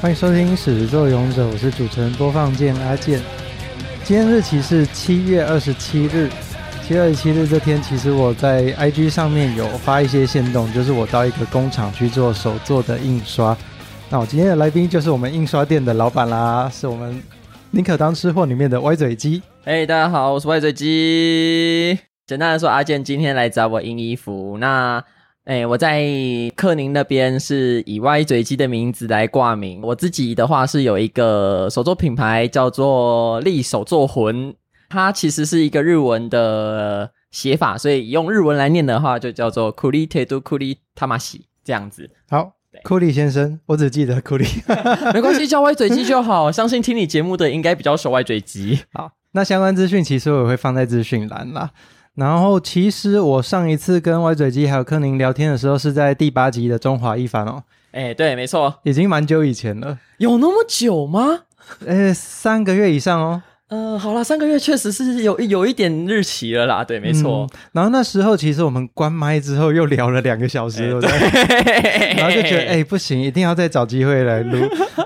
欢迎收听《始作俑者》，我是主持人播放键阿健。今天日期是七月二十七日，七月二十七日这天，其实我在 IG 上面有发一些线动，就是我到一个工厂去做手做的印刷。那我今天的来宾就是我们印刷店的老板啦，是我们宁可当吃货里面的歪嘴鸡。嘿、大家好，我是歪嘴鸡。简单的说，阿健今天来找我印衣服。那，哎、我在克宁那边是以歪嘴鸡的名字来挂名。我自己的话是有一个手作品牌叫做力手作魂，它其实是一个日文的写法，所以用日文来念的话就叫做 Kuri Tedu Kuri Tamasi 这样子。好，对库里先生，我只记得库里。没关系，叫歪嘴鸡就好。相信听你节目的应该比较熟歪嘴鸡。好，那相关资讯其实我也会放在资讯栏啦。然后，其实我上一次跟歪嘴鸡还有柯宁聊天的时候，是在第八集的《中华一番》哦，哎、对，没错，已经蛮久以前了，有那么久吗？呃，三个月以上哦，呃，好啦，三个月确实是有有一点日期了啦，对，没错嗯。然后那时候其实我们关麦之后又聊了两个小哎时，对不对？嗯然 然后就觉得哎、不行，一定要再找机会来录。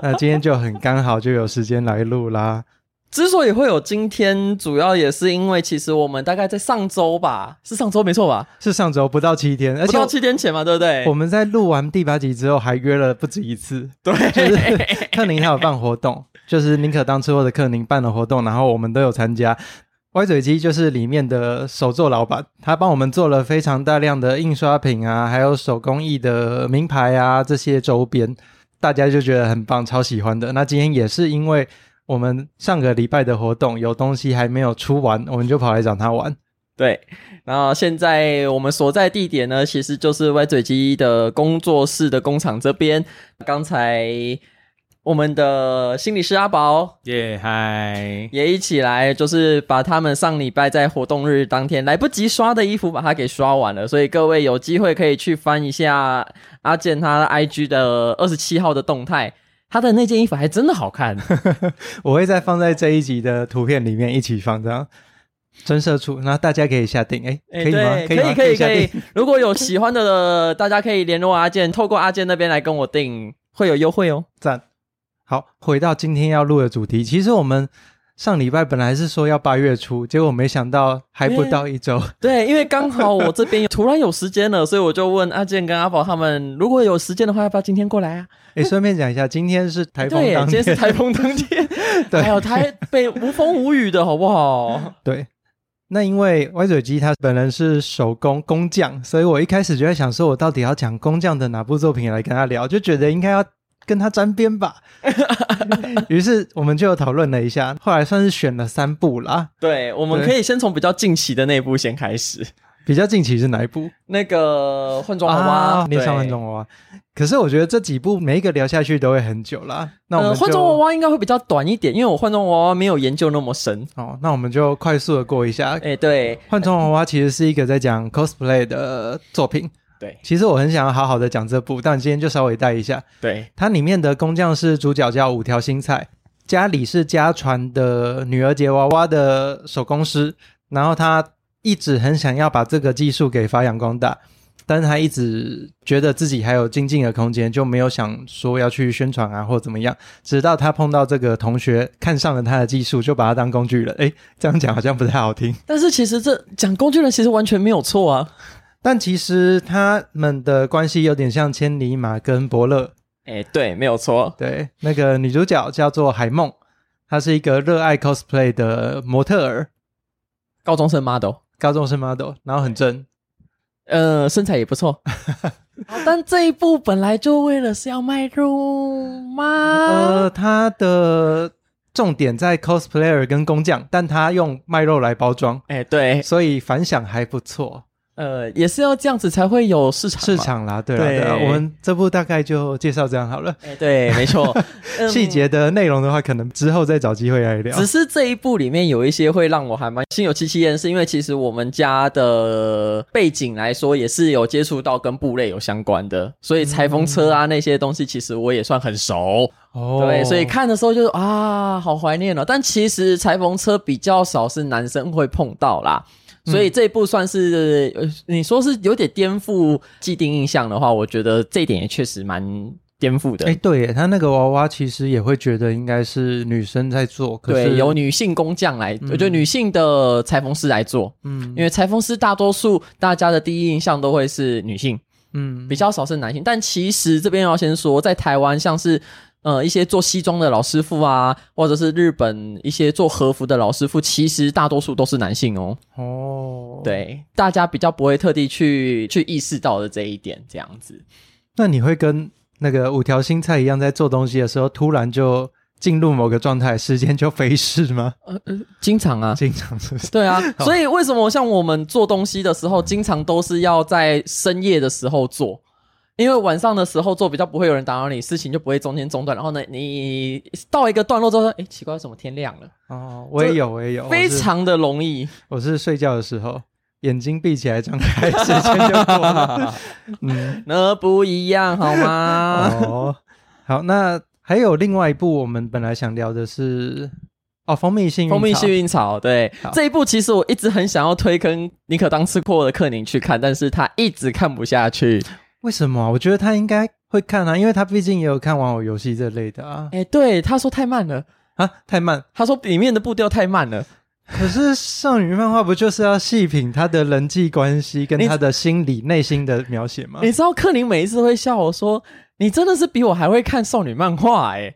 那今天就很刚好就有时间来录啦。之所以会有今天，主要也是因为其实我们大概在上周吧，是上周没错吧？是上周不到七天，而不且到七天前嘛，对不哎对？我们在录完第八集之后，还约了不止 一次。对，就是 克宁还有办活动，就是宁可当吃货的克宁办了活动，然后我们都有参加。歪嘴鸡就是里面的手作老板，他帮我们做了非常大量的印刷品啊，还有手工艺的名牌啊这些周边，大家就觉得很棒，超喜欢的。那今天也是因为我们上个礼拜的活动有东西还没有出完，我们就跑来找他玩。对，然后现在我们所在地点呢，其实就是歪嘴鸡的工作室的工厂这边。刚才我们的心理师阿宝耶嗨！也一起来，就是把他们上礼拜在活动日当天来不及刷的衣服，把它给刷完了。所以各位有机会可以去翻一下阿健他 IG 的二十七号的动态，他的那件衣服还真的好看。我会再放在这一集的图片里面一起放，这样真社畜，然后大家可以下定，哎、哎可以吗？对以 可吗？以可以下可以 定。。如果有喜欢的，大家可以联络阿健，透过阿健那边来跟我订，会有优惠哦。赞。好，回到今天要录的主题，其实我们上礼拜本来是说要八月初，结果没想到还不到一周，对，因为刚好我这边突然有时间了，所以我就问阿健跟阿宝他们，如果有时间的话，要不要今天过来啊？哎、顺便讲一下，今天是台风对，当今天天，是台风当天， 对还有台北无风无雨的好不好？对。那因为歪嘴鸡他本人是手工工匠，所以我一开始就在想说，我到底要讲工匠的哪部作品来跟他聊，就觉得应该要跟他沾边 吧。于是我们就有讨论了一下，后来算是选了三部啦。对，我们对可以先从比较近期的那一部先开始，比较近期是哪一部？啊那个换装娃娃，恋上对换装娃娃。可是我觉得这几部每一个聊下去都会很久啦。那我们呃，就换装娃娃应该会比较短一点，因为我换装娃娃没有研究那么深。哦，那我们就快速的过一下。哎、对，换装娃娃其实是一个在讲 cosplay 的作品。对其实我很想要好好的讲这部，但今天就稍微带一下。对，它里面的工匠是主角叫五条新菜，家里是家传的女儿节娃娃的手工师，然后他一直很想要把这个技术给发扬光大，但是他一直觉得自己还有精进的空间，就没有想说要去宣传啊或怎么样。直到他碰到这个同学看上了他的技术，就把他当工具人。诶，这样讲好像不太好听。但是其实这讲工具人其实完全没有错啊。但其实他们的关系有点像千里马跟伯乐，哎、对，没有错。对，那个女主角叫做海梦，她是一个热爱 cosplay 的模特儿，高中生 model，高中生 model，然后很正。呃，身材也不 错。好但这一部本来就为了是要卖肉吗？呃，她的重点在 cosplayer 跟工匠，但她用卖肉来包装，哎、对，所以反响还不错。呃，也是要这样子才会有市场嘛。市场啦，对啦，啊对啦对我们这部大概就介绍这样好了。哎、对，没 错，嗯细。节的内容的话，可能之后再找机会来聊只。是这一部里面有一些会让我还蛮心有戚戚焉，是因为其实我们家的背景来说，也是有接触到跟布类有相关的，所以裁缝车嗯啊那些东西，其实我也算很熟。哦对，所以看的时候就是啊，好怀念哦。但其实裁缝车比较少是男生会碰到啦，嗯所以这一部算是、呃你说是有点颠覆既定印象的话，我觉得这一点也确实蛮颠覆的。哎，对耶，他那个娃娃其实也会觉得应该是女生在做，可是对，由女性工匠来，我觉得女性的裁缝师来做，嗯因为裁缝师大多数大家的第一印象都会是女性，嗯比较少是男性。但其实这边要先说，在台湾像是。呃，一些做西装的老师傅啊，或者是日本一些做和服的老师傅，其实大多数都是男性哦。哦，，对，大家比较不会特地去去意识到的这一点，这样子。那你会跟那个五条新菜一样，在做东西的时候突然就进入某个状态，时间就飞逝 吗？经常啊，经常是不是？对啊，所以为什么像我们做东西的时候，经常都是要在深夜的时候做？因为晚上的时候做比较不会有人打扰你，事情就不会中间中断。然后呢，你到一个段落之后，哎，奇怪，怎么天亮了？哦，我也有，我也有，非常的容易。我是，我是睡觉的时候。眼睛闭起来，张开，时间就过 了。嗯，那不一样好吗？哦，好，那还有另外一部，我们本来想聊的是哦，蜂蜜幸运草，蜂蜜幸运草，对好这一部其实我一直很想要推坑尼可当吃货的克宁去看，但是他一直看不下去。为什么啊？我觉得他应该会看啊，因为他毕竟也有看玩偶游戏这类的啊。哎、对，他说太慢了，啊，太慢。他说里面的步调太慢了。可是少女漫画不就是要细品她的人际关系跟你她的心理内心的描写吗？你知道克林每一次会笑我说：“你真的是比我还会看少女漫画哎、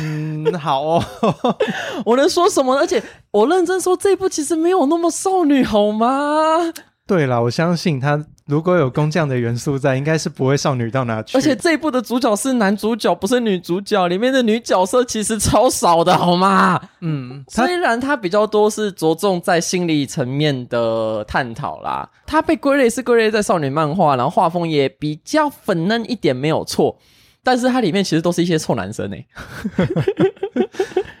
嗯，好哦。 我能说什么？而且我认真说，这一部其实没有那么少女好吗？对啦，我相信他如果有工匠的元素在，应该是不会少女到哪去。而且这一部的主角是男主角，不是女主角，里面的女角色其实超少的好吗？嗯，他虽然它比较多是着重在心理层面的探讨啦，它被归类是归类在少女漫画，然后画风也比较粉嫩一点，没有错。但是它里面其实都是一些臭男生哎、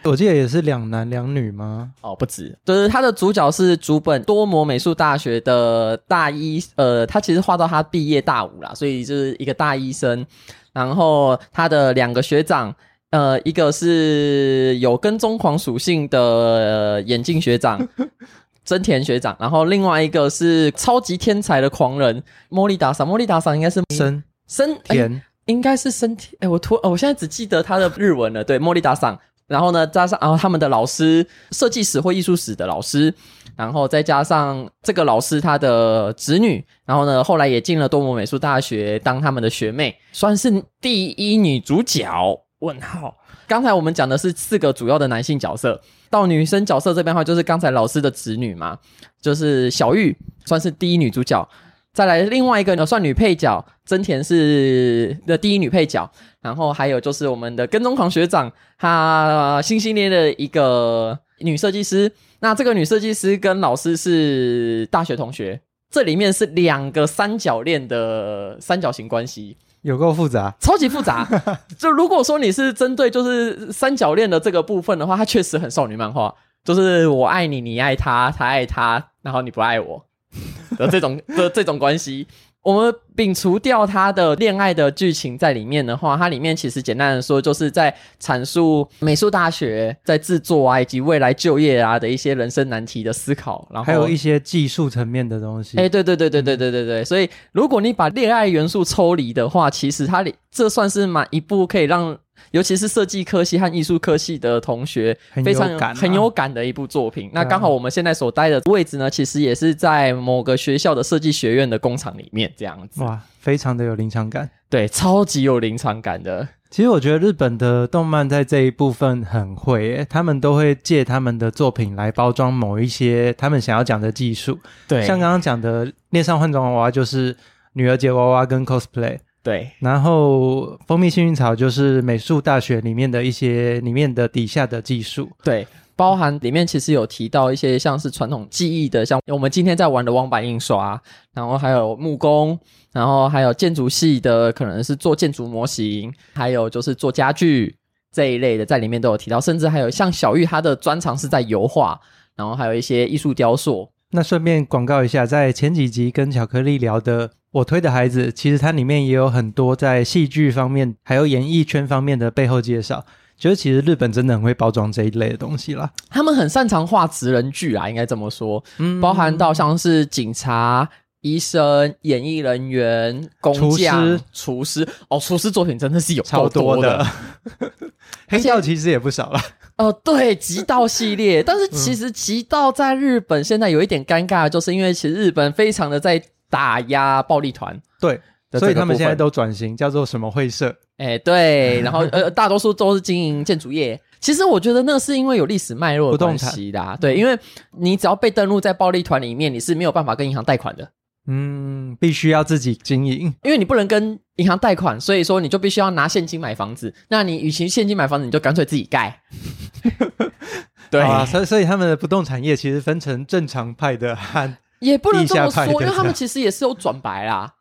我记得也是两男两女吗？哦，不止，就是他的主角是竹本多摩美术大学的大一，呃，他其实画到他毕业大五啦，所以就是一个大医生。然后他的两个学长，呃，一个是有跟踪狂属性的、呃眼镜学长。真田学长，然后另外一个是超级天才的狂人莫莉达桑，莫莉达桑应该是生生哎田应该是身体，哎，我突、哦，我现在只记得他的日文了，对，莫莉达桑。然后呢，加上然后他们的老师，设计史或艺术史的老师，然后再加上这个老师他的侄女，然后呢，后来也进了多摩美术大学当他们的学妹，算是第一女主角。问号。刚才我们讲的是四个主要的男性角色，到女生角色这边的话，就是刚才老师的侄女嘛，就是小玉，算是第一女主角。再来另外一个呢，算女配角，真田是的第一女配角，然后还有就是我们的跟踪狂学长，她心心念念的一个女设计师。那这个女设计师跟老师是大学同学，这里面是两个三角恋的三角形关系。有够复杂。超级 复杂。就如果说你是针对就是三角恋的这个部分的话，它确实很少女漫画，就是我爱你，你爱他，他爱他，然后你不爱我的 这种的这种关系。我们摒除掉他的恋爱的剧情在里面的话，它里面其实简单的说，就是在阐述美术大学在制作啊，以及未来就业啊的一些人生难题的思考，然后还有一些技术层面的东西。哎、对对对对对对对对，所以如果你把恋爱元素抽离的话，其实它里这算是蛮一部可以让，尤其是设计科系和艺术科系的同学很有非常感啊很有感的一部作品。那对啊刚好我们现在所待的位置呢，其实也是在某个学校的设计学院的工厂里面，这样子，哇，非常的有临场感。对，超级有临场感的。其实我觉得日本的动漫在这一部分很会耶，他们都会借他们的作品来包装某一些他们想要讲的技术，对像刚刚讲的恋上换装娃娃就是女儿节娃娃跟 cosplay，对然后蜂蜜幸运草就是美术大学里面的一些里面的底下的技术，对。包含里面其实有提到一些像是传统技艺的，像我们今天在玩的汪版印刷，然后还有木工，然后还有建筑系的，可能是做建筑模型，还有就是做家具这一类的，在里面都有提到，甚至还有像小玉她的专长是在油画，然后还有一些艺术雕塑。那顺便广告一下，在前几集跟巧克力聊的《我推的孩子》，其实它里面也有很多在戏剧方面，还有演艺圈方面的背后介绍。就是其实日本真的很会包装这一类的东西啦，他们很擅长画职人剧啊，应该这么说，嗯包含到像是警察、医生、演艺人员、工厨匠师、厨师哦，厨师作品真的是有超够多的的。 黑道其实也不少了，哦，对，极道系列，但是其实极道在日本现在有一点尴尬，就是因为其实日本非常的在打压暴力团对，的这个部分，所以他们现在都转型叫做什么会社，哎对，然后呃大多数都是经营建筑业。其实我觉得那是因为有历史脉络的不动关系的、啊，对，因为你只要被登录在暴力团里面，你是没有办法跟银行贷款的，嗯，必须要自己经营，因为你不能跟银行贷款，所以说你就必须要拿现金买房子。那你与其现金买房子，你就干脆自己盖。 对好啊，所以所以他们的不动产业其实分成正常派的和也不能这么地下说派，的因为他们其实也是有转白啦。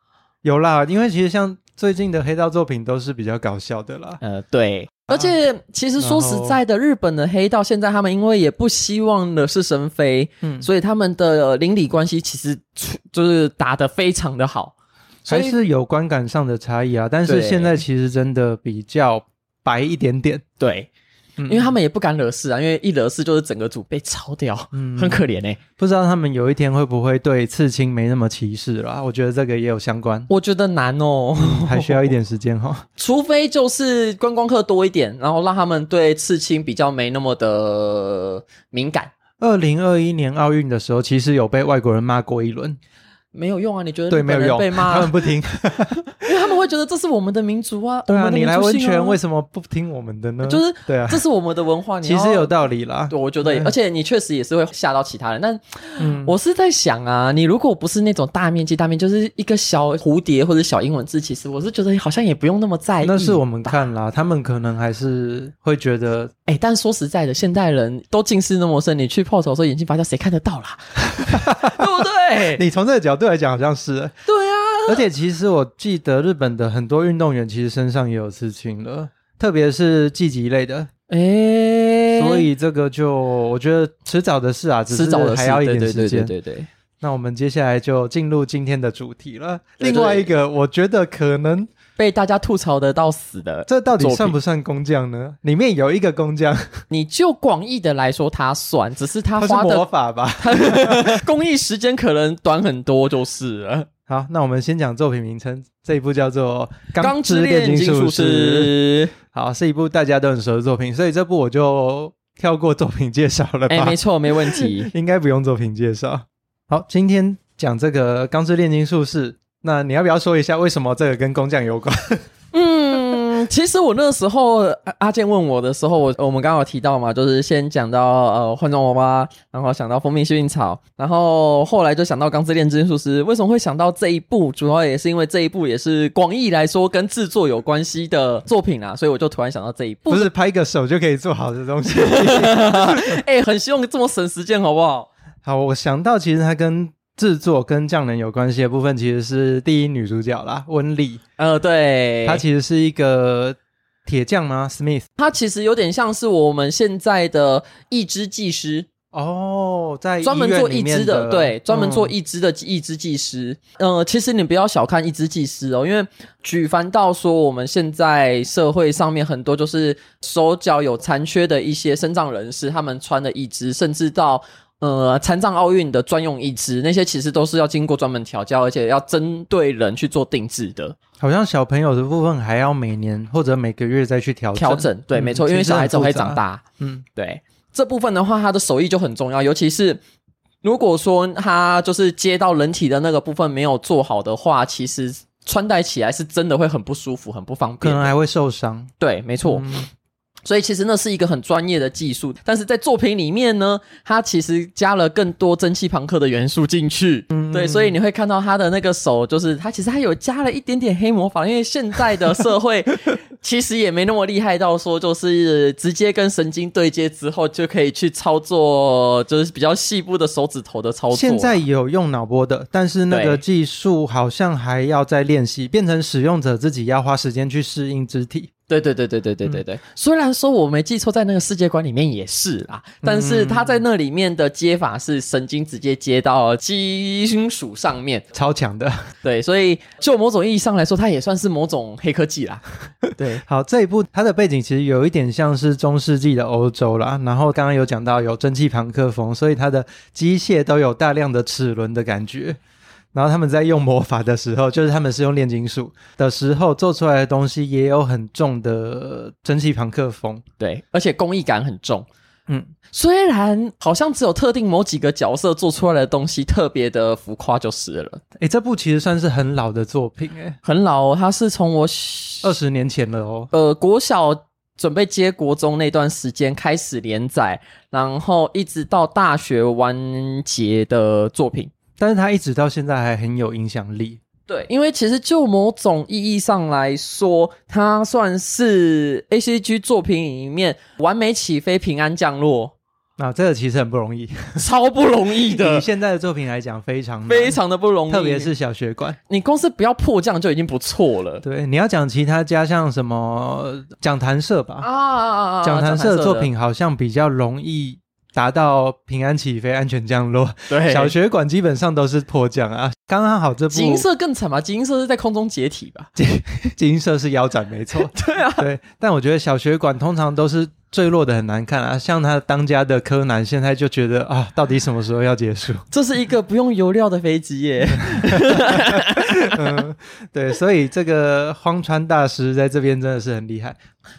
有啦，因为其实像最近的黑道作品都是比较搞笑的啦，呃，对。而啊且，其实说实在的，日本的黑道现在他们因为也不希望惹是生非，嗯，所以他们的呃邻里关系其实出就是打得非常的好。所还以是有观感上的差异啊。但是对现在其实真的比较白一点点，对，嗯因为他们也不敢惹事啊，因为一惹事就是整个组被抄掉，嗯很可怜哎、不知道他们有一天会不会对刺青没那么歧视啦。我觉得这个也有相关，我觉得难哦， 还需要一点时间哈、除非就是观光客多一点，然后让他们对刺青比较没那么的敏感，二零二一年奥运的时候，其实有被外国人骂过一轮，没有用啊。你觉得对，日没本有人用被，骂他们不 听。因为他们会觉得这是我们的民族啊，对我啊，们的你来民族温性啊泉为什么不听我们的呢？ 就是对 啊，这是我们的文化，你其要实有。道理啦对，。我觉得也，嗯而且你确实也是会吓到其他人。但嗯，我是在想啊，你如果不是那种大面积、大面积，就是一个小蝴蝶或者小英文字，其实我是觉得好像也不用那么在意。那是我们看啦，他们可能还是会觉得哎，但说实在的，现代人都近视那么深，你去泡澡的时候眼睛发掉，谁看得到 啦？对不对？你从这个角度来讲好像是。对啊， 而且其实我记得日本的很多运动员其实身上也有刺青了，特别是技击类的，哎，所以这个就我觉得迟早的事啊，只迟是早的还事要一对点对时对对间。对对。那我们接下来就进入今天的主题了。对另外一个，我觉得可能被大家吐槽的到死的，这到底作品算不算工匠呢？里面有一个工匠，你就广义的来说，它算，只是它他是花的魔法吧？ 工艺时间可能短很多就是了。好，那我们先讲作品名称，这一部叫做《钢之之炼炼金术术师》。师，好，是一部大家都很熟的作品，所以这部我就跳过作品介绍了吧。哎、没错，没问 。题应该不用作品介绍。好，今天讲这个《钢之炼金术士》，那你要不要说一下为什么这个跟工匠有关？嗯，其实我那时候阿阿健问我的时候，我我们刚好有提到嘛，就是先讲到呃换装娃娃，然后想到蜂蜜幸运草，然后后来就想到钢之炼金术师。为什么会想到这一部？主要也是因为这一部也是广义来说跟制作有关系的作品啊，所以我就突然想到这一部不。是拍个手就可以做好的东 西。哎、很希望这么省时间，好不好？好，我想到其实它跟制作跟匠人有关系的部分，其实是第一女主角啦，温丽，呃，对，她其实是一个铁匠吗？Smith。它其实有点像是我们现在的义肢技师，哦，在专门医院做里义肢面的，的，对，专门做嗯义肢的义肢技师。呃，其实你不要小看义肢技师哦，因为举凡到说我们现在社会上面很多就是手脚有残缺的一些身障人士，他们穿的义肢，甚至到。呃，残障奥运的专用义肢，那些其实都是要经过专门调教，而且要针对人去做定制的。好像小朋友的部分还要每年或者每个月再去调调整，对，嗯没错，因其为实小很孩子复会杂长大，嗯，对这部分的话，他的手艺就很重要，尤其是如果说他就是接到人体的那个部分没有做好的话，其实穿戴起来是真的会很不舒服、很不方可便能的。还会受伤。对，没错。嗯所以其实那是一个很专业的技术，但是在作品里面呢，它其实加了更多蒸汽朋克的元素进去。嗯对，所以你会看到他的那个手，就是他其实还有加了一点点黑魔法，因为现在的社会其实也没那么厉害到说，就是直接跟神经对接之后就可以去操作，就是比较细部的手指头的操作。啊现在有用脑波的，但是那对个技术好像还要再练习，变成使用者自己要花时间去适应肢体。对对对对对对对对，嗯虽然说我没记错，在那个世界观里面也是啦，但是他在那里面的接法是神经直接接到金属上面，超强的。对，所以就某种意义上来说，它也算是某种黑科技啦。对， 好，这一部它的背景其实有一点像是中世纪的欧洲啦，然后刚刚有讲到有蒸汽朋克风，所以它的机械都有大量的齿轮的感觉。然后他们在用魔法的时候，就是他们是用炼金术的时候做出来的东西，也有很重的蒸汽朋克风。对，而且工艺感很重。嗯，虽然好像只有特定某几个角色做出来的东西特别的浮夸就是了，诶，这部其实算是很老的作品、诶，很老、哦，他是从我小二十年前了哦。呃国小准备接国中那段时间开始连载，然后一直到大学完结的作品。但是它一直到现在还很有影响力。对，因为其实就某种意义上来说，它算是 A C G 作品里面完美起飞、平安降落，那、这个其实很不 容易，超不容易以 的，现在的作品来讲非常难非，常的不容易。特别是小学馆。你公司不要迫降就已经不错了对，你要讲其他家像什么讲坛社吧，啊讲坛社的作品好像比较容易达到平安起飞、安全降落。对小学馆基本上都是迫降啊，刚刚好这部金色更惨吧？金色是在空中解体 吧？金色是腰斩，没错。 对啊，对，但我觉得小学馆通常都是坠落的很难看啊，像他当家的柯南，现在就觉得啊，到底什么时候要结束？这是一个不用油料的飞机耶。嗯，对，所以这个荒川大师在这边真的是很厉害。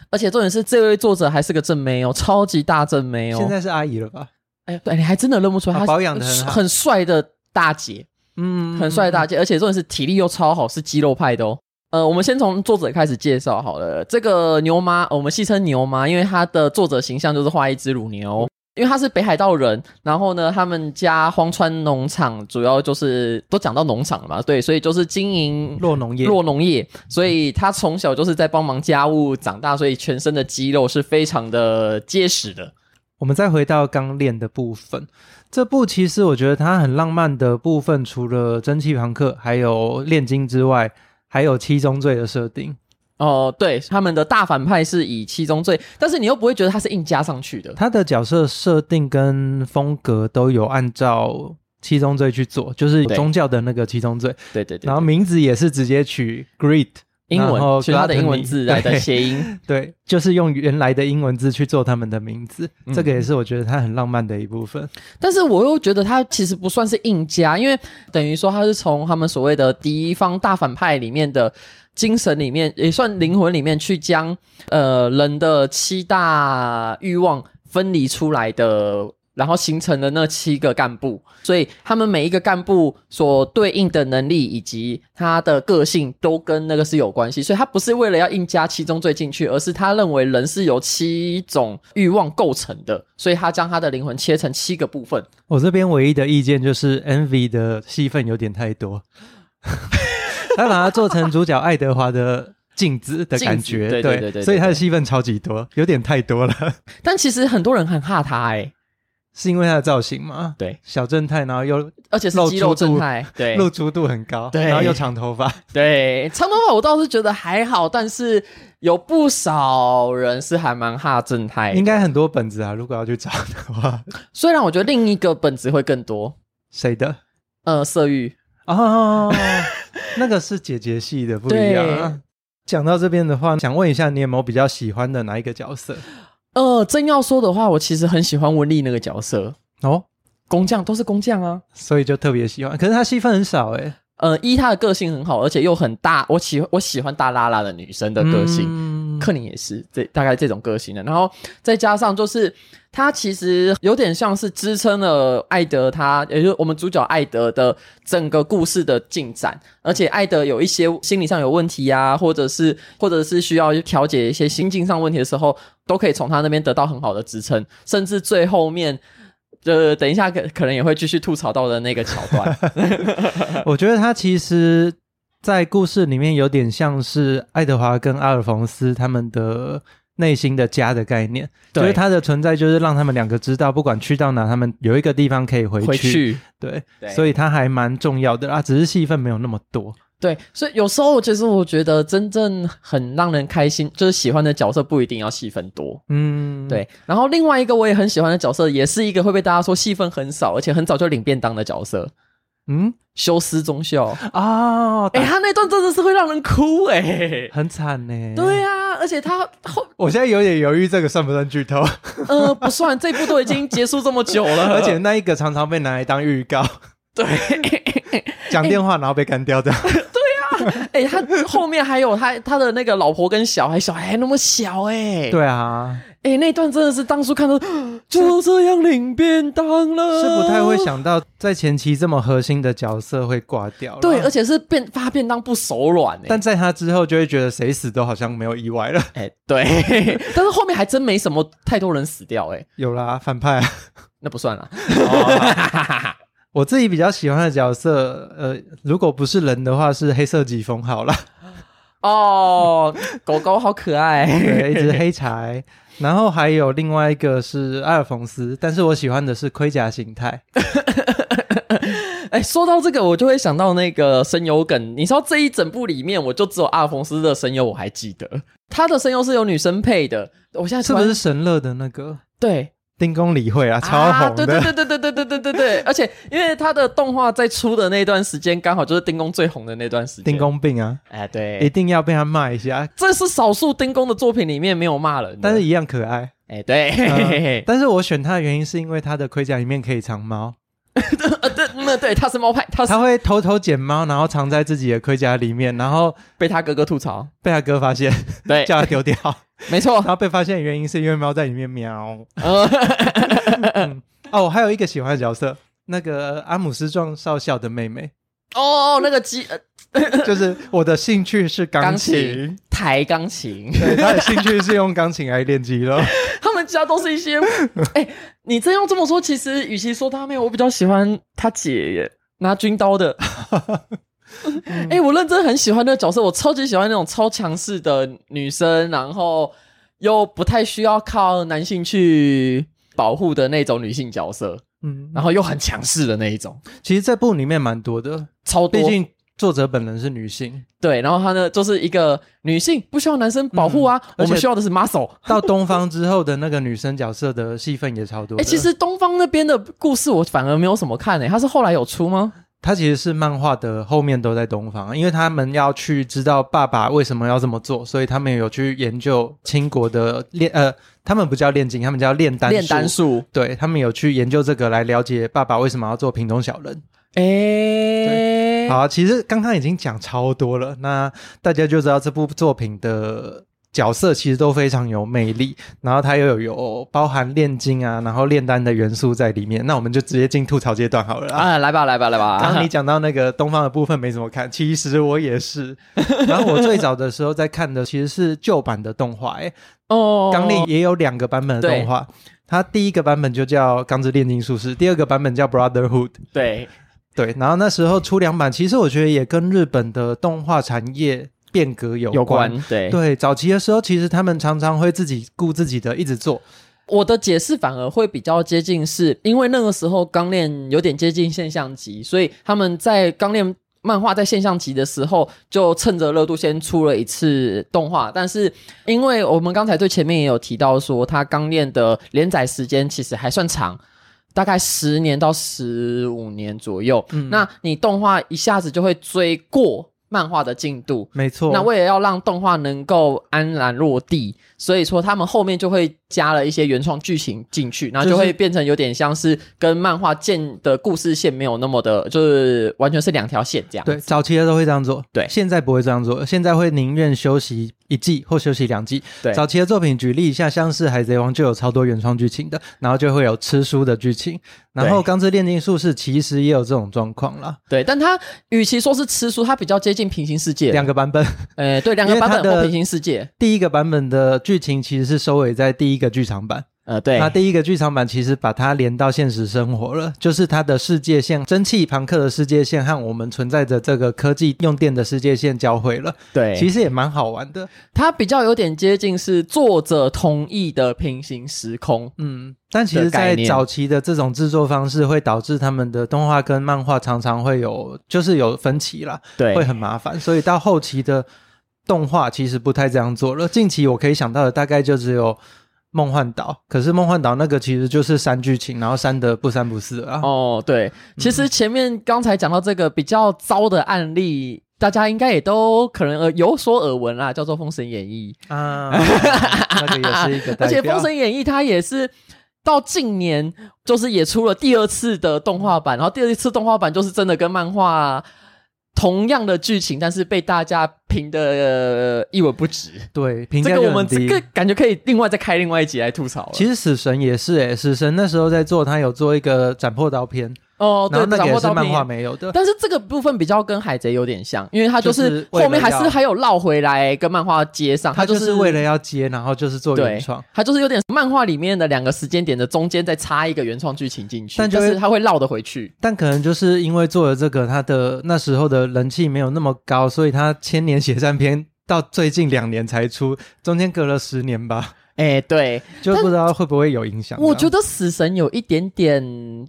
而且重点是，这位作者还是个正妹哦，超级大正妹哦。现在是阿姨了吧？哎，对，你还真的认不出来，啊她保养得很好很帅的大姐，嗯，很帅的大姐，而且重点是体力又超好，是肌肉派的哦。呃，我们先从作者开始介绍好了。这个牛妈，呃我们戏称牛妈，因为她的作者形象就是画一只乳牛。因为她是北海道人，然后呢，他们家荒川农场主要就是都讲到农场了嘛，对，所以就是经营嗯落农业，弱农业，嗯所以他从小就是在帮忙家务长大，所以全身的肌肉是非常的结实的。我们再回到钢炼的部分，这部其实我觉得它很浪漫的部分，除了蒸汽朋克还有炼金之外，还有七宗罪的设定。哦、对，他们的大反派是以七宗罪，但是你又不会觉得他是硬加上去的。他的角色设定跟风格都有按照七宗罪去做，就是对宗教的那个七宗罪，对对对然后名字也是直接取 Greed，英然后文取他的 gluttony，英文字来的对谐音。对，就是用原来的英文字去做他们的名字，嗯这个也是我觉得它很浪漫的一部分。但是我又觉得他其实不算是硬加，因为等于说他是从他们所谓的敌方大反派里面的精神里面，也算灵魂里面去将呃人的七大欲望分离出来的。然后形成了那七个干部，所以他们每一个干部所对应的能力以及他的个性都跟那个是有关系，所以他不是为了要硬加七宗罪进去，而是他认为人是由七种欲望构成的，所以他将他的灵魂切成七个部分。我这边唯一的意见就是 Envy 的戏份有点太多， 他把它做成主角爱德华的镜子的感觉，镜子对对对对所以他的戏份超级多，有点太多了，但其实很多人很怕他哎、是因为他的造型吗？对，小正太，然后又而且是肌肉正太，对露出度很高，对然后又长头发，对，长头发我倒是觉得还好，但是有不少人是还蛮怕正太的，应该很多本子啊，如果要去找的话，虽然我觉得另一个本质会更多，谁的？呃，色欲，哦，那个是姐姐系的，不一样啊。讲到这边的话，想问一下，你有没有比较喜欢的哪一个角色？呃，真要说的话，我其实很喜欢温丽那个角色，哦，工匠都是工匠啊。所以就特别喜欢。可是他戏份很少哎、呃，一她的个性很好，而且又很大，我喜我喜欢大拉拉的女生的个性，嗯克林也是这大概这种个性的，然后再加上就是他其实有点像是支撑了艾德他，也就是我们主角艾德的整个故事的进展，而且艾德有一些心理上有问题啊，或者是或者是需要去调节一些心境上问题的时候，都可以从他那边得到很好的支撑，甚至最后面。呃，等一下可可能也会继续吐槽到的那个桥段，我觉得他其实，在故事里面有点像是爱德华跟阿尔冯斯他们的内心的家的概念，对就是他的存在，就是让他们两个知道，不管去到哪，他们有一个地方可以回去。回去对，对所以他还蛮重要的啊，只是戏份没有那么多。对，所以有时候其实我觉得真正很让人开心，就是喜欢的角色不一定要戏份多。嗯，，对，然后另外一个我也很喜欢的角色，也是一个会被大家说戏份很少，而且很早就领便当的角色嗯， ——修斯中校。哦，哎、他那段真的是会让人哭哎、 很惨呢。对啊，而且他后我现在有点犹豫，这个算不算剧 透？呃不算，这 部都已经结束这么久了， 而且那一个常常被拿来当预告。对，讲电话然后被干掉的，哎、他后面还有他他的那个老婆跟小孩，小孩还那么小哎、对啊，哎、那段真的是当初看到 就这样领便当了，是不太会。想到在前期这么核心的角色会挂掉，对，而。且是便发便当不手软哎、但在他之后，就会觉得谁死都好像没有意 外了。哎、对， 但是后面还真没什么太多人死掉哎、有啦，反派、啊。那不算了。我自己比较喜欢的角色，呃，如果不是人的话，是黑色疾风好 了，哦，狗狗好可爱。 对，一只黑柴，然后还有另外一个是阿尔冯斯，但是我喜欢的是盔甲形态。哎、说到这个，我就会想到那个声优梗。你知道这一整部里面，我就只有阿尔冯斯的声优我还记得，他的声优是有女生配的。我现在是突不然是神乐的那个对丁公理会啊？超啊红对的，对对对对对对对对对。而且因为他的动画在出的那段时间，刚好就是丁工最红的那段时间。丁，公病啊，哎，一对，定要被他骂一下，这是少数丁工的作品里面没有骂人的，但是一样可爱。哎，对，嗯但是我选它的原因是因为它的盔甲里面可以藏猫，呃对，那对他是猫派，他是它会偷偷捡猫，然后藏在自己的盔甲里面，然后被他哥哥吐槽，被他哥发现，对，叫他丢掉。没错然，后被发现的原因是因为猫在里面 喵。呃，嗯哦，我还有一个喜欢的角色，那个阿姆斯壮少校的妹 妹，哦，那个鸡呃就是我的兴趣是钢钢琴，琴，弹钢琴，对，他的兴趣是用钢琴来练肌肉。 他们家都是一些，哎、你真要这么说，其实与其说他妹，我比较喜欢他姐耶，拿军刀的。哎、我认真很喜欢那个角色，我超级喜欢那种超强势的女生，然后又不太需要靠男性去保护的那种女性角色，嗯，然后又很强势的那一种，其实这部里面蛮多的，超多毕。竟作者本人是女 性，对，然后她呢，就是一个女性不需要男生保护啊，而我们且需要的是 muscle。到东方之后的那个女生角色的戏份也超多哎、的。其实东方那边的故事我反而没有什么看诶、哎他是后来有出吗？她其实是漫画的后面都在东方，因为他们要去知道爸爸为什么要这么做，所以他们有去研究清国的炼呃，他们不叫炼金，他们叫炼丹炼丹术。术，对他们有去研究这个来了解爸爸为什么要做屏东小人。哎、好，其实刚刚已经讲超多了，那大家就知道这部作品的角色其实都非常有魅力，然后它又有有包含炼金啊，然后炼丹的元素在里面。那我们就直接进吐槽阶段好了啦。啊，来吧，来吧，来吧。刚刚你讲到那个东方的部分没怎么看，其实我也是。然后我最早的时候在看的其实是旧版的动画、欸，哦，钢炼也有两个版本的动画，它第一个版本就叫《钢之炼金术士》，第二个版本叫《Brotherhood》。对，对，然后那时候出两版，其实我觉得也跟日本的动画产业变革有有关对。对，早期的时候，其实他们常常会自己顾自己的，一直做。我的解释反而会比较接近是，因为那个时候钢炼有点接近现象级，所以他们在钢炼漫画在现象级的时候，就趁着热度先出了一次动画。但是，因为我们刚才对前面也有提到说，它钢炼的连载时间其实还算长。大概十年到十五年左右，嗯那你动画一下子就会追过漫画的进度，没错，那为了要让动画能够安然落地，所以说他们后面就会加了一些原创剧情进去，然后就就是会变成有点像是跟漫画线的故事线没有那么的，就是完全是两条线这样。对，早期的都会这样做，对现在不会这样做，现在会宁愿休息一季或休息两季。对早期的作品举例一下，像是《海贼王》就有超多原创剧情的，然后就会有吃书的剧情，然后《对钢之炼金术士》其实也有这种状况啦，对，但它与其说是吃书，它比较接近平行世界。两个版本。 呃，对，两个因为版它本的或平行世界。第一个版本的剧情其实是收尾在第一个剧场版，呃，对那，第一个剧场版其实把它连到现实生活了，就是它的世界线，蒸汽朋克的世界线和我们存在着这个科技用电的世界线交汇了，对，其实也蛮好玩的。它比较有点接近是作者同意的平行时空。嗯，但其实，的概在念早期的这种制作方式，会导致他们的动画跟漫画常常会有，就是有分歧啦，对会很麻烦。所以到后期的动画其实不太这样做了。近期我可以想到的大概就只有《梦幻岛》，可是《梦幻岛》那个其实就是删剧情，然后删的不三不四啊。哦，对，其嗯实前面刚才讲到这个比较糟的案例，大家应该也都可能呃有所耳闻啦，叫做《封神演义啊，那个也是一个》，代 而且《表封。神演义》它也是。到近年就是也出了第二次的动画版，然后第二次动画版就是真的跟漫画呃同样的剧情，但是被大家评的、呃一文不值。对，评这价个就我们很这低。个感觉可以另外再开另外一集来吐槽了。其实死神也是诶、死神那时候在做，他有做一个斩破刀片，哦，然对后，那掌个也握是到漫平画衡没 有的。但是这个部分比较跟海贼有点像，因为它就就是是为后了面还是要还有绕回来跟漫画接上，他就就是为了要接，然后就是做对原创，，它就是有点漫画里面的两个时间点的中间再插一个原创剧情进去，但就就会是它会绕得回去。但可能就是因为做了这个，他的那时候的人气没有那么高，所以他千年血战篇到最近两年才出，中间隔了十年吧，哎，对，就不知道会不会有影响。啊我觉得得死神有一点点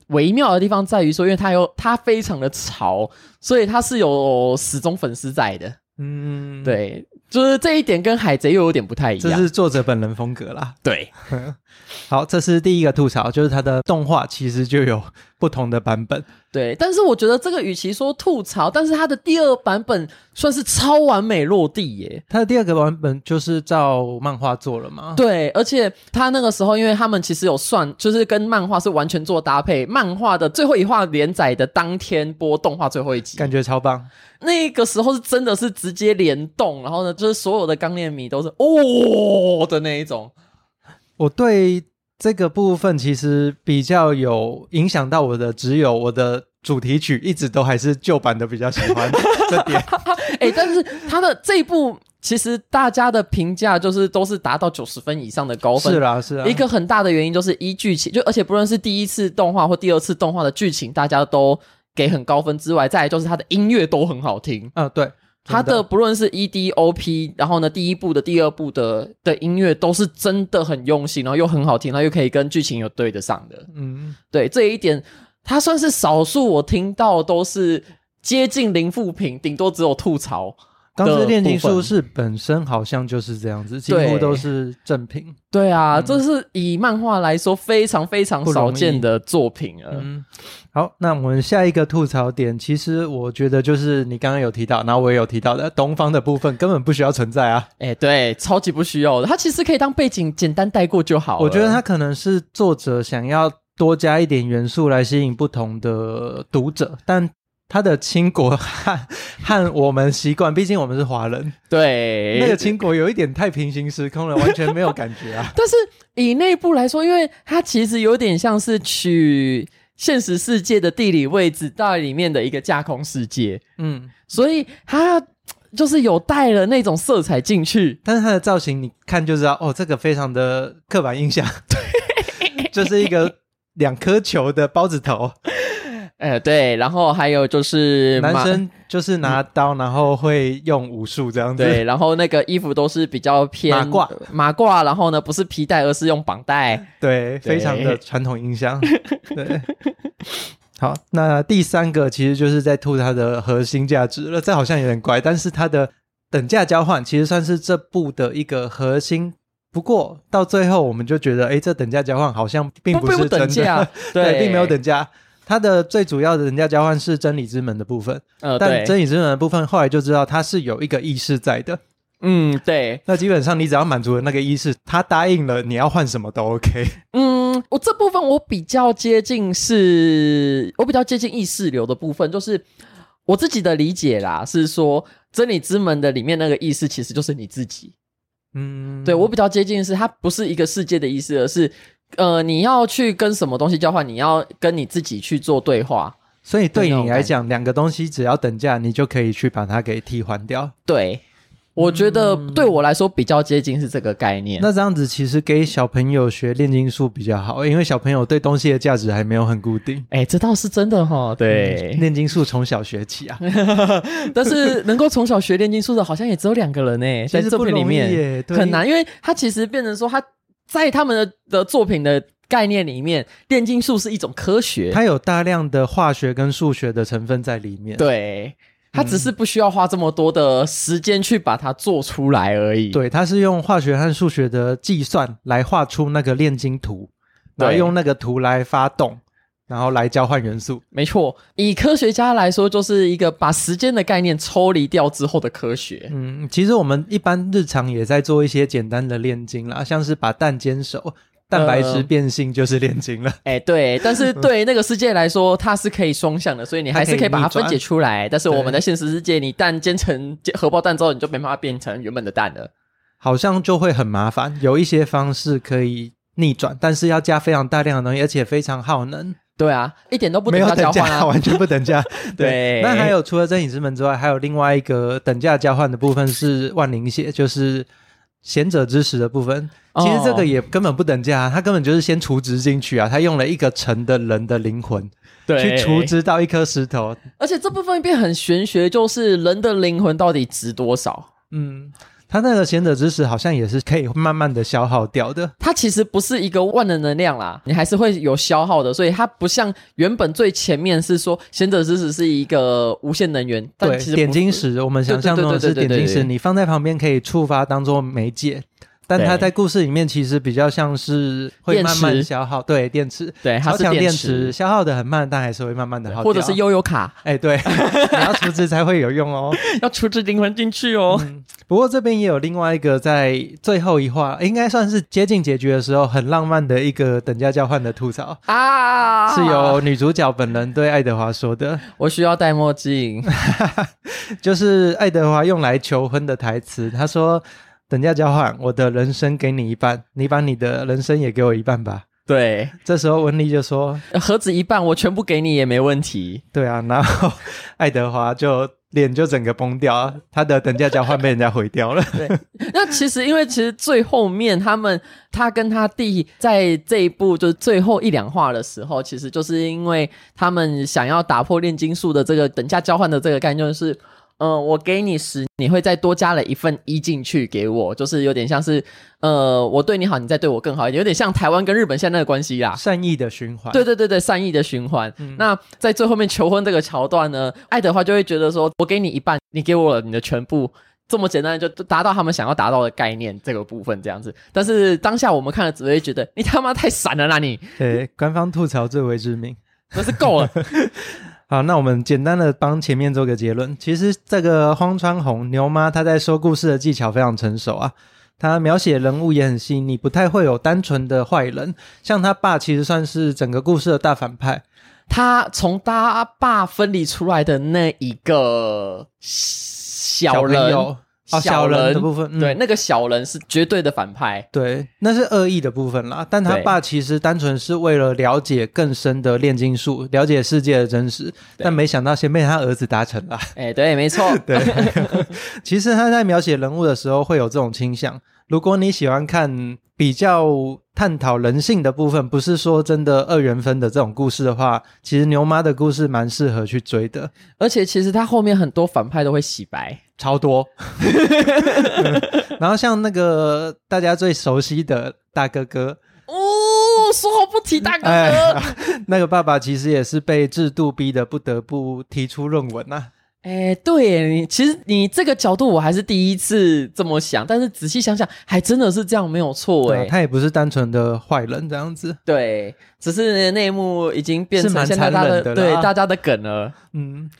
微妙的地方在于说，因为它有它非常的潮，所以它是有死忠粉丝在的。嗯，，对，就是这一点跟海贼又有点不太一这样。是作者本人风格啦。对，好，这是第一个吐槽，就是它的动画其实就有不同的版本。对，但是我觉得这个与其说吐槽，但是它的第二版本算是超完美落地耶。它的第二个版本就是照漫画做了嘛？对，而且他那个时候，因为他们其实有算，就是跟漫画是完全做搭配。漫画的最后一话连载的当天播动画最后一集，感觉超棒，那个时候是真的是直接联动，然后呢，就是所有的钢炼迷都是哦的那一种。我对这个部分其实比较有影响到我的，只有我的主题曲一直都还是旧版的比较喜 欢这点。哎、但是他的这一部其实大家的评价就是都是达到九十分以上的高分，是啦，是啊啦，一个很大的原因就是依剧情，就而且不论是第一次动画或第二次动画的剧情，大家都给很高分之外，再来就是它的音乐都很好听。啊，对，它真的不论是 E D O P，然后呢，第一部的、第二部的的音乐都是真的很用心，然后又很好听，然后又可以跟剧情有对得上的。嗯，对这一点，它算是少数我听到都是接近零负评，顶多只有吐槽。 《钢之炼金部术分士》本身好像就是这样子，几对乎都是正品。对啊，这是以漫画来说非常非常嗯不容少易见的作品了。嗯，好，那我们下一个吐槽点，其实我觉得就是你刚刚有提到，然后我也有提到的，东方的部分根本不需要存在啊。哎、对，超级不需要的，它其实可以当背景，简单带过就好了。我觉得它可能是作者想要多加一点元素来吸引不同的读者，但他的倾国和和我们习惯，毕竟我们是华人，对。那个倾国有一点太平行时空了，完全没有感觉啊但是以内部来说，因为它其实有点像是取现实世界的地理位置到里面的一个架空世界， 嗯，所以它就是有带了那种色彩进去。但是它的造型你看就知道，哦，这个非常的刻板印象， 就是一个两颗球的包子头，哎、对，然后还有就是男马生就是拿刀，然后会用武术这样子。嗯对，然后那个衣服都是比较偏马褂，马褂，然后呢不是皮带，而是用绑带。 对，非常的传统印象。对，好，那第三个其实就是在吐它的核心价值了，这好像有点怪，但是它的等价交换其实算是这部的一个核心。不过到最后，我们就觉得，哎，这等价交换好像并不是并不真的，等 价对对，并没有等价。它的最主要的等价交换是真理之门的部分，呃，但对，真理之门的部分后来就知道它是有一个意识在的。嗯，对，那基本上你只要满足了那个意识，他答应了你要换什么都 OK。嗯，我这部分我比较接近是，我比较接近意识流的部分，就是我自己的理解啦，是说真理之门的里面那个意识其实就是你自己。嗯，对我比较接近是它不是一个世界的意识，而是呃你要去跟什么东西交换，你要跟你自己去做对话。所以对那种你来讲，两个东西只要等价，你就可以去把它给替换掉。对，我觉得对我来说比较接近是这个概念。那这样子其实给小朋友学炼金术比较好，因为小朋友对东西的价值还没有很固定。哎、这倒是真的哈，对。炼金术从小学起啊， 但是能够从小学炼金术的，好像也只有两个人呢、在其实这不片里容易面，耶，对很。难，因为它其实变成说，它在他们的的作品的概念里面，炼金术是一种科学，它有大量的化学跟数学的成分在里面。对，它只是不需要花这么多的时间去把它做出来而已。，对，它是用化学和数学的计算来画出那个炼金图，然后对用那个图来发动，然后来交换元素。没错，以科学家来说，就是一个把时间的概念抽离掉之后的科学。嗯，其实我们一般日常也在做一些简单的炼金啦，像是把蛋煎熟，蛋白质变性就是炼金了。哎、对，但是对那个世界来说，它是可以双向的，所以你还是可以把它它可以逆转分解出来。但是对我们的现实世界，你蛋煎成煎荷包蛋之后，你就没办法变成原本的蛋了。好像就会很麻烦。有一些方式可以逆转，但是要加非常大量的东西，而且非常耗能，对啊，一点都不没等有价等交价，换 啊。完全不等 价。对那还有除了真影之门之外，还有另外一个等价交换的部分是万灵血，就是。贤者之石的部分，哦其实这个也根本不等价、啊，他根本就是先除值进去啊，他用了一个城的人的灵魂去除值到一颗石头，而且这部分变很玄学，就是人的灵魂到底值多少？嗯，他那个贤者之石好像也是可以慢慢的消耗掉的，它其实不是一个万能能量啦，你还是会有消耗的，所以它不像原本最前面是说贤者之石是一个无限能源，但对其实，不点睛是石，我们想象中的是对对对对点对睛石，对你放在旁边可以触发当做媒介，但它在故事里面其实比较像是会电慢慢池消耗，对电池，对，它超是强电电池，消耗的很慢，但还是会慢慢的耗掉，或者是悠悠卡，哎对， 你要储值才会有用哦。 要处置灵魂进去哦。不过这边也有另外一个在最后一话，应该算是接近结局的时候很浪漫的一个等价交换的吐槽。啊，是由女主角本人对爱德华说的，我需要戴墨镜。 就是爱德华用来求婚的台词。他说：“等价交换，我的人生给你一半，你把你的人生也给我一半吧。对，”这时候温妮就说盒子一半，我全部给你也没问题。：“对啊。”然后爱德华就脸就整个崩掉啊，他的等价交换被人家毁掉了。那其实，因为其实最后面他们他跟他弟在这一部就是最后一两话的时候，其实就是因为他们想要打破炼金术的这个等价交换的这个概念，就是嗯、呃我给你十，你会再多加了一份一进去给我，就是有点像是呃，我对你好，你再对我更好一点，有点像台湾跟日本现在的关系啦。 善意的循环，嗯对对对对，善意的循环。那在最后面求婚这个桥段呢，爱德华就会觉得说，我给你一半，你给我了你的全部。这么简单就达到他们想要达到的概念这个部分这样子，但是当下我们看了只会觉得你他妈太闪了啦你，对，官方吐槽最为致命。真是够了。好，那我们简单的帮前面做个结论。其实这个荒川弘牛妈她在说故事的技巧非常成熟啊，她描写人物也很细腻，不太会有单纯的坏人。像他爸其实算是整个故事的大反派，他从他爸分离出来的那一个小朋人，友哦，小人的部分，嗯、对，那个小人是绝对的反派，对，那是恶意的部分啦。但他对爸其实单纯是为了了解更深的炼金术，了解世界的真实，但没想到先被他儿子达成了。哎、对，没错，对，其实他在描写人物的时候会有这种倾向。如果你喜欢看比较探讨人性的部分，不是说真的二元分的这种故事的话，其实牛妈的故事蛮适合去追的，而且其实他后面很多反派都会洗白，超多。 然后像那个大家最熟悉的大哥哥，哦，说好不提大哥哎哥。那个爸爸其实也是被制度逼得不得不提出论文啊。哎、对耶，你其实你这个角度我还是第一次这么想，但是仔细想想，还真的是这样，没有错对啊哎、，他也不是单纯的坏人这样子。对，只是内幕已经变是成蛮现在大残家忍的的啦对大家的梗了。嗯，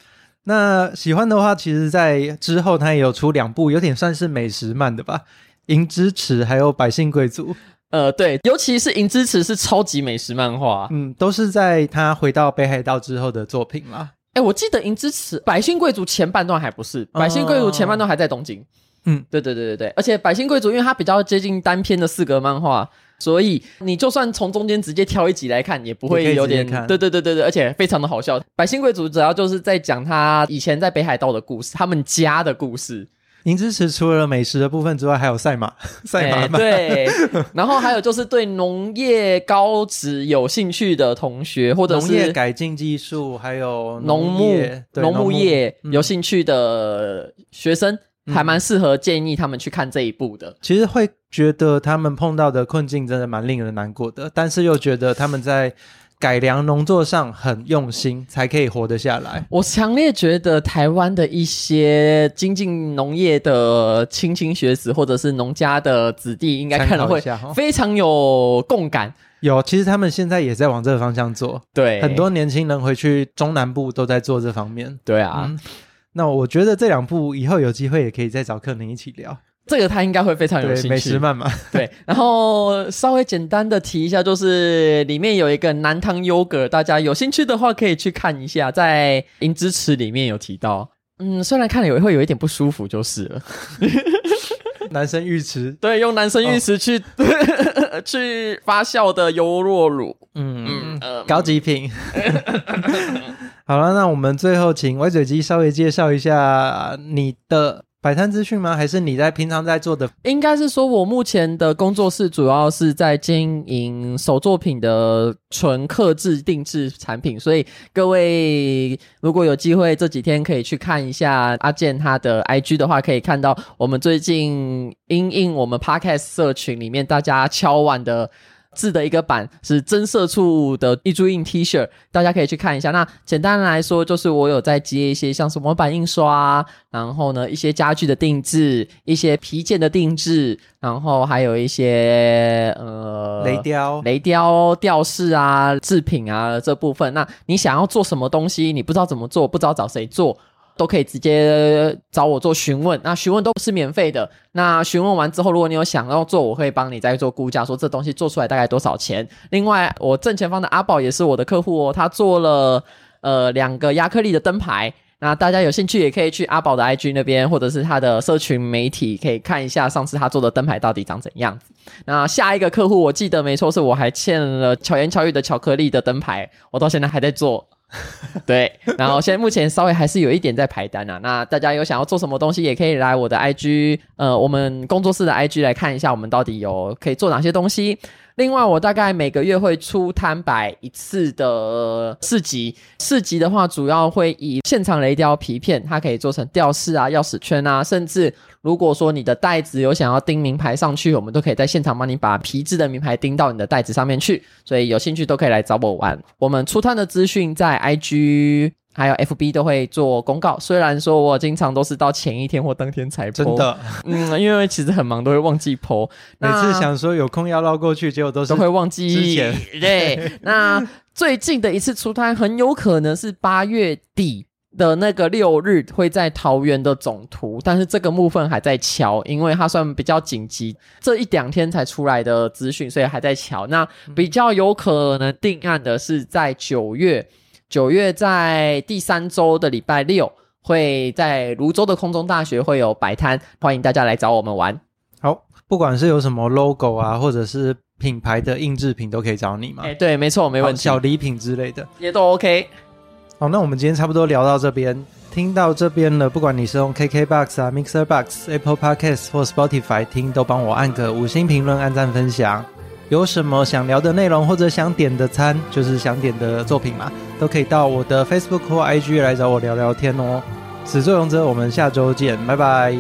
那喜欢的话，其实，在之后他也有出两部，有点算是美食漫的吧，《银之匙》还有《百姓贵族》，呃，对，尤其是《银之匙》是超级美食漫画。嗯，都是在他回到北海道之后的作品啦。哎、我记得《银之匙》百姓贵族前半段还不是，百姓贵族前半段还在东京。哦嗯对对对对对，而且百姓贵族因为它比较接近单篇的四格漫画，所以你就算从中间直接挑一集来看，也不也可会以有直接点看对对对对对，而且非常的好笑。百姓贵族主要就是在讲他以前在北海道的故事，他们家的故事。 《银之匙》除了美食的部分之外，还有赛马， 赛马哎漫。对，然后还有就是对农业高职有兴趣的同学，或者农是业改进技术，还有农牧业、对农牧业嗯有兴趣的学生，嗯还蛮适合建议他们去看这一部的。其实会觉得他们碰到的困境真的蛮令人难过的，但是又觉得他们在改良农作上很用心，才可以活得下来。我强烈觉得台湾的一些精进农业的青青学子，或者是农家的子弟，应该看参了考会一下哈非常有共感。有，其实他们现在也在往这个方向做，对，很多年轻人回去中南部都在做这方面。嗯对啊，嗯那我觉得这两部以后有机会也可以再找克林一起聊。这个他应该会非常有对，兴美食趣。漫 嘛，对，然后稍微简单的提一下，就是里面有一个南糖优格，大家有兴趣的话可以去看一下，在银之池里面有提到。嗯，虽然看了也会有一点不舒服，就是了。 男生浴池，对，用男生浴池去、 去发酵的优酪乳，嗯，呃，高级品。 好了，那我们最后请歪嘴鸡稍微介绍一下你的摆摊资讯吗？还是你在平常在做的？应该是说，我目前的工作室主要是在经营手作品的纯刻制定制产品，所以各位如果有机会这几天可以去看一下阿健他的 IG 的话，可以看到我们最近因应我们 Podcast 社群里面大家敲碗的。制的一个版是增色处的一珠印 T 恤，大家可以去看一下。那简单来说，就是我有在接一些像是模板印刷啊，然后呢一些家具的定制，一些皮件的定制，然后还有一些呃雷雕，雷雕、吊饰啊、制品啊这部分，那你想要做什么东西，你不知道怎么做，不知道找谁做，都可以直接找我做询问。那询问都是免费的。那询问完之后，如果你有想要做，我会帮你再做估价，说这东西做出来大概多少钱。另外，我正前方的阿宝也是我的客户哦，他做了呃两个亚克力的灯牌。那大家有兴趣也可以去阿宝的 IG 那边，或者是他的社群媒体，可以看一下上次他做的灯牌到底长怎样。那下一个客户，我记得没错，是我还欠了巧言巧语的巧克力的灯牌，我到现在还在做。对，然后现在目前稍微还是有一点在排单啊。那大家有想要做什么东西，也可以来我的 IG，呃，我们工作室的 IG 来看一下，我们到底有可以做哪些东西。另外，我大概每个月会出摊摆一次的市集。市集的话，主要会以现场雷雕皮片，它可以做成吊饰啊、钥匙圈啊，甚至如果说你的袋子有想要钉名牌上去，我们都可以在现场帮你把皮质的名牌钉到你的袋子上面去。所以有兴趣都可以来找我玩。我们出摊的资讯在 IG。还有 FB 都会做公告，虽然说我经常都是到前一天或当天才 po，真，的，嗯，因为其实很忙，都会忘记 po。每那次想说有空要绕过去，结果都是都会忘记。之前 对，那最近的一次出摊很有可能是八月底。的那个六日会在桃园的总图，但是这个部分还在瞧，因为它算比较紧急，这一两天才出来的资讯，所以还在瞧。那比较有可能定案的是在九月，九月在第三周的礼拜六会在泸州的空中大学会有摆摊，欢迎大家来找我们玩。好，不管是有什么 logo 啊，或者是品牌的印制品，都可以找你嘛哎、，对，没错，没问好题小，礼品之类的。也都 OK。好，那我们今天差不多聊到这边，听到这边了，不管你是用 KKBox 啊、Mixer Box、Apple Podcasts 或 Spotify 听，都帮我按个五星评论、按赞、分享。有什么想聊的内容或者想点的餐，就是想点的作品嘛，都可以到我的 Facebook 或 IG 来找我聊聊天哦。始作俑者，我们下周见，拜拜。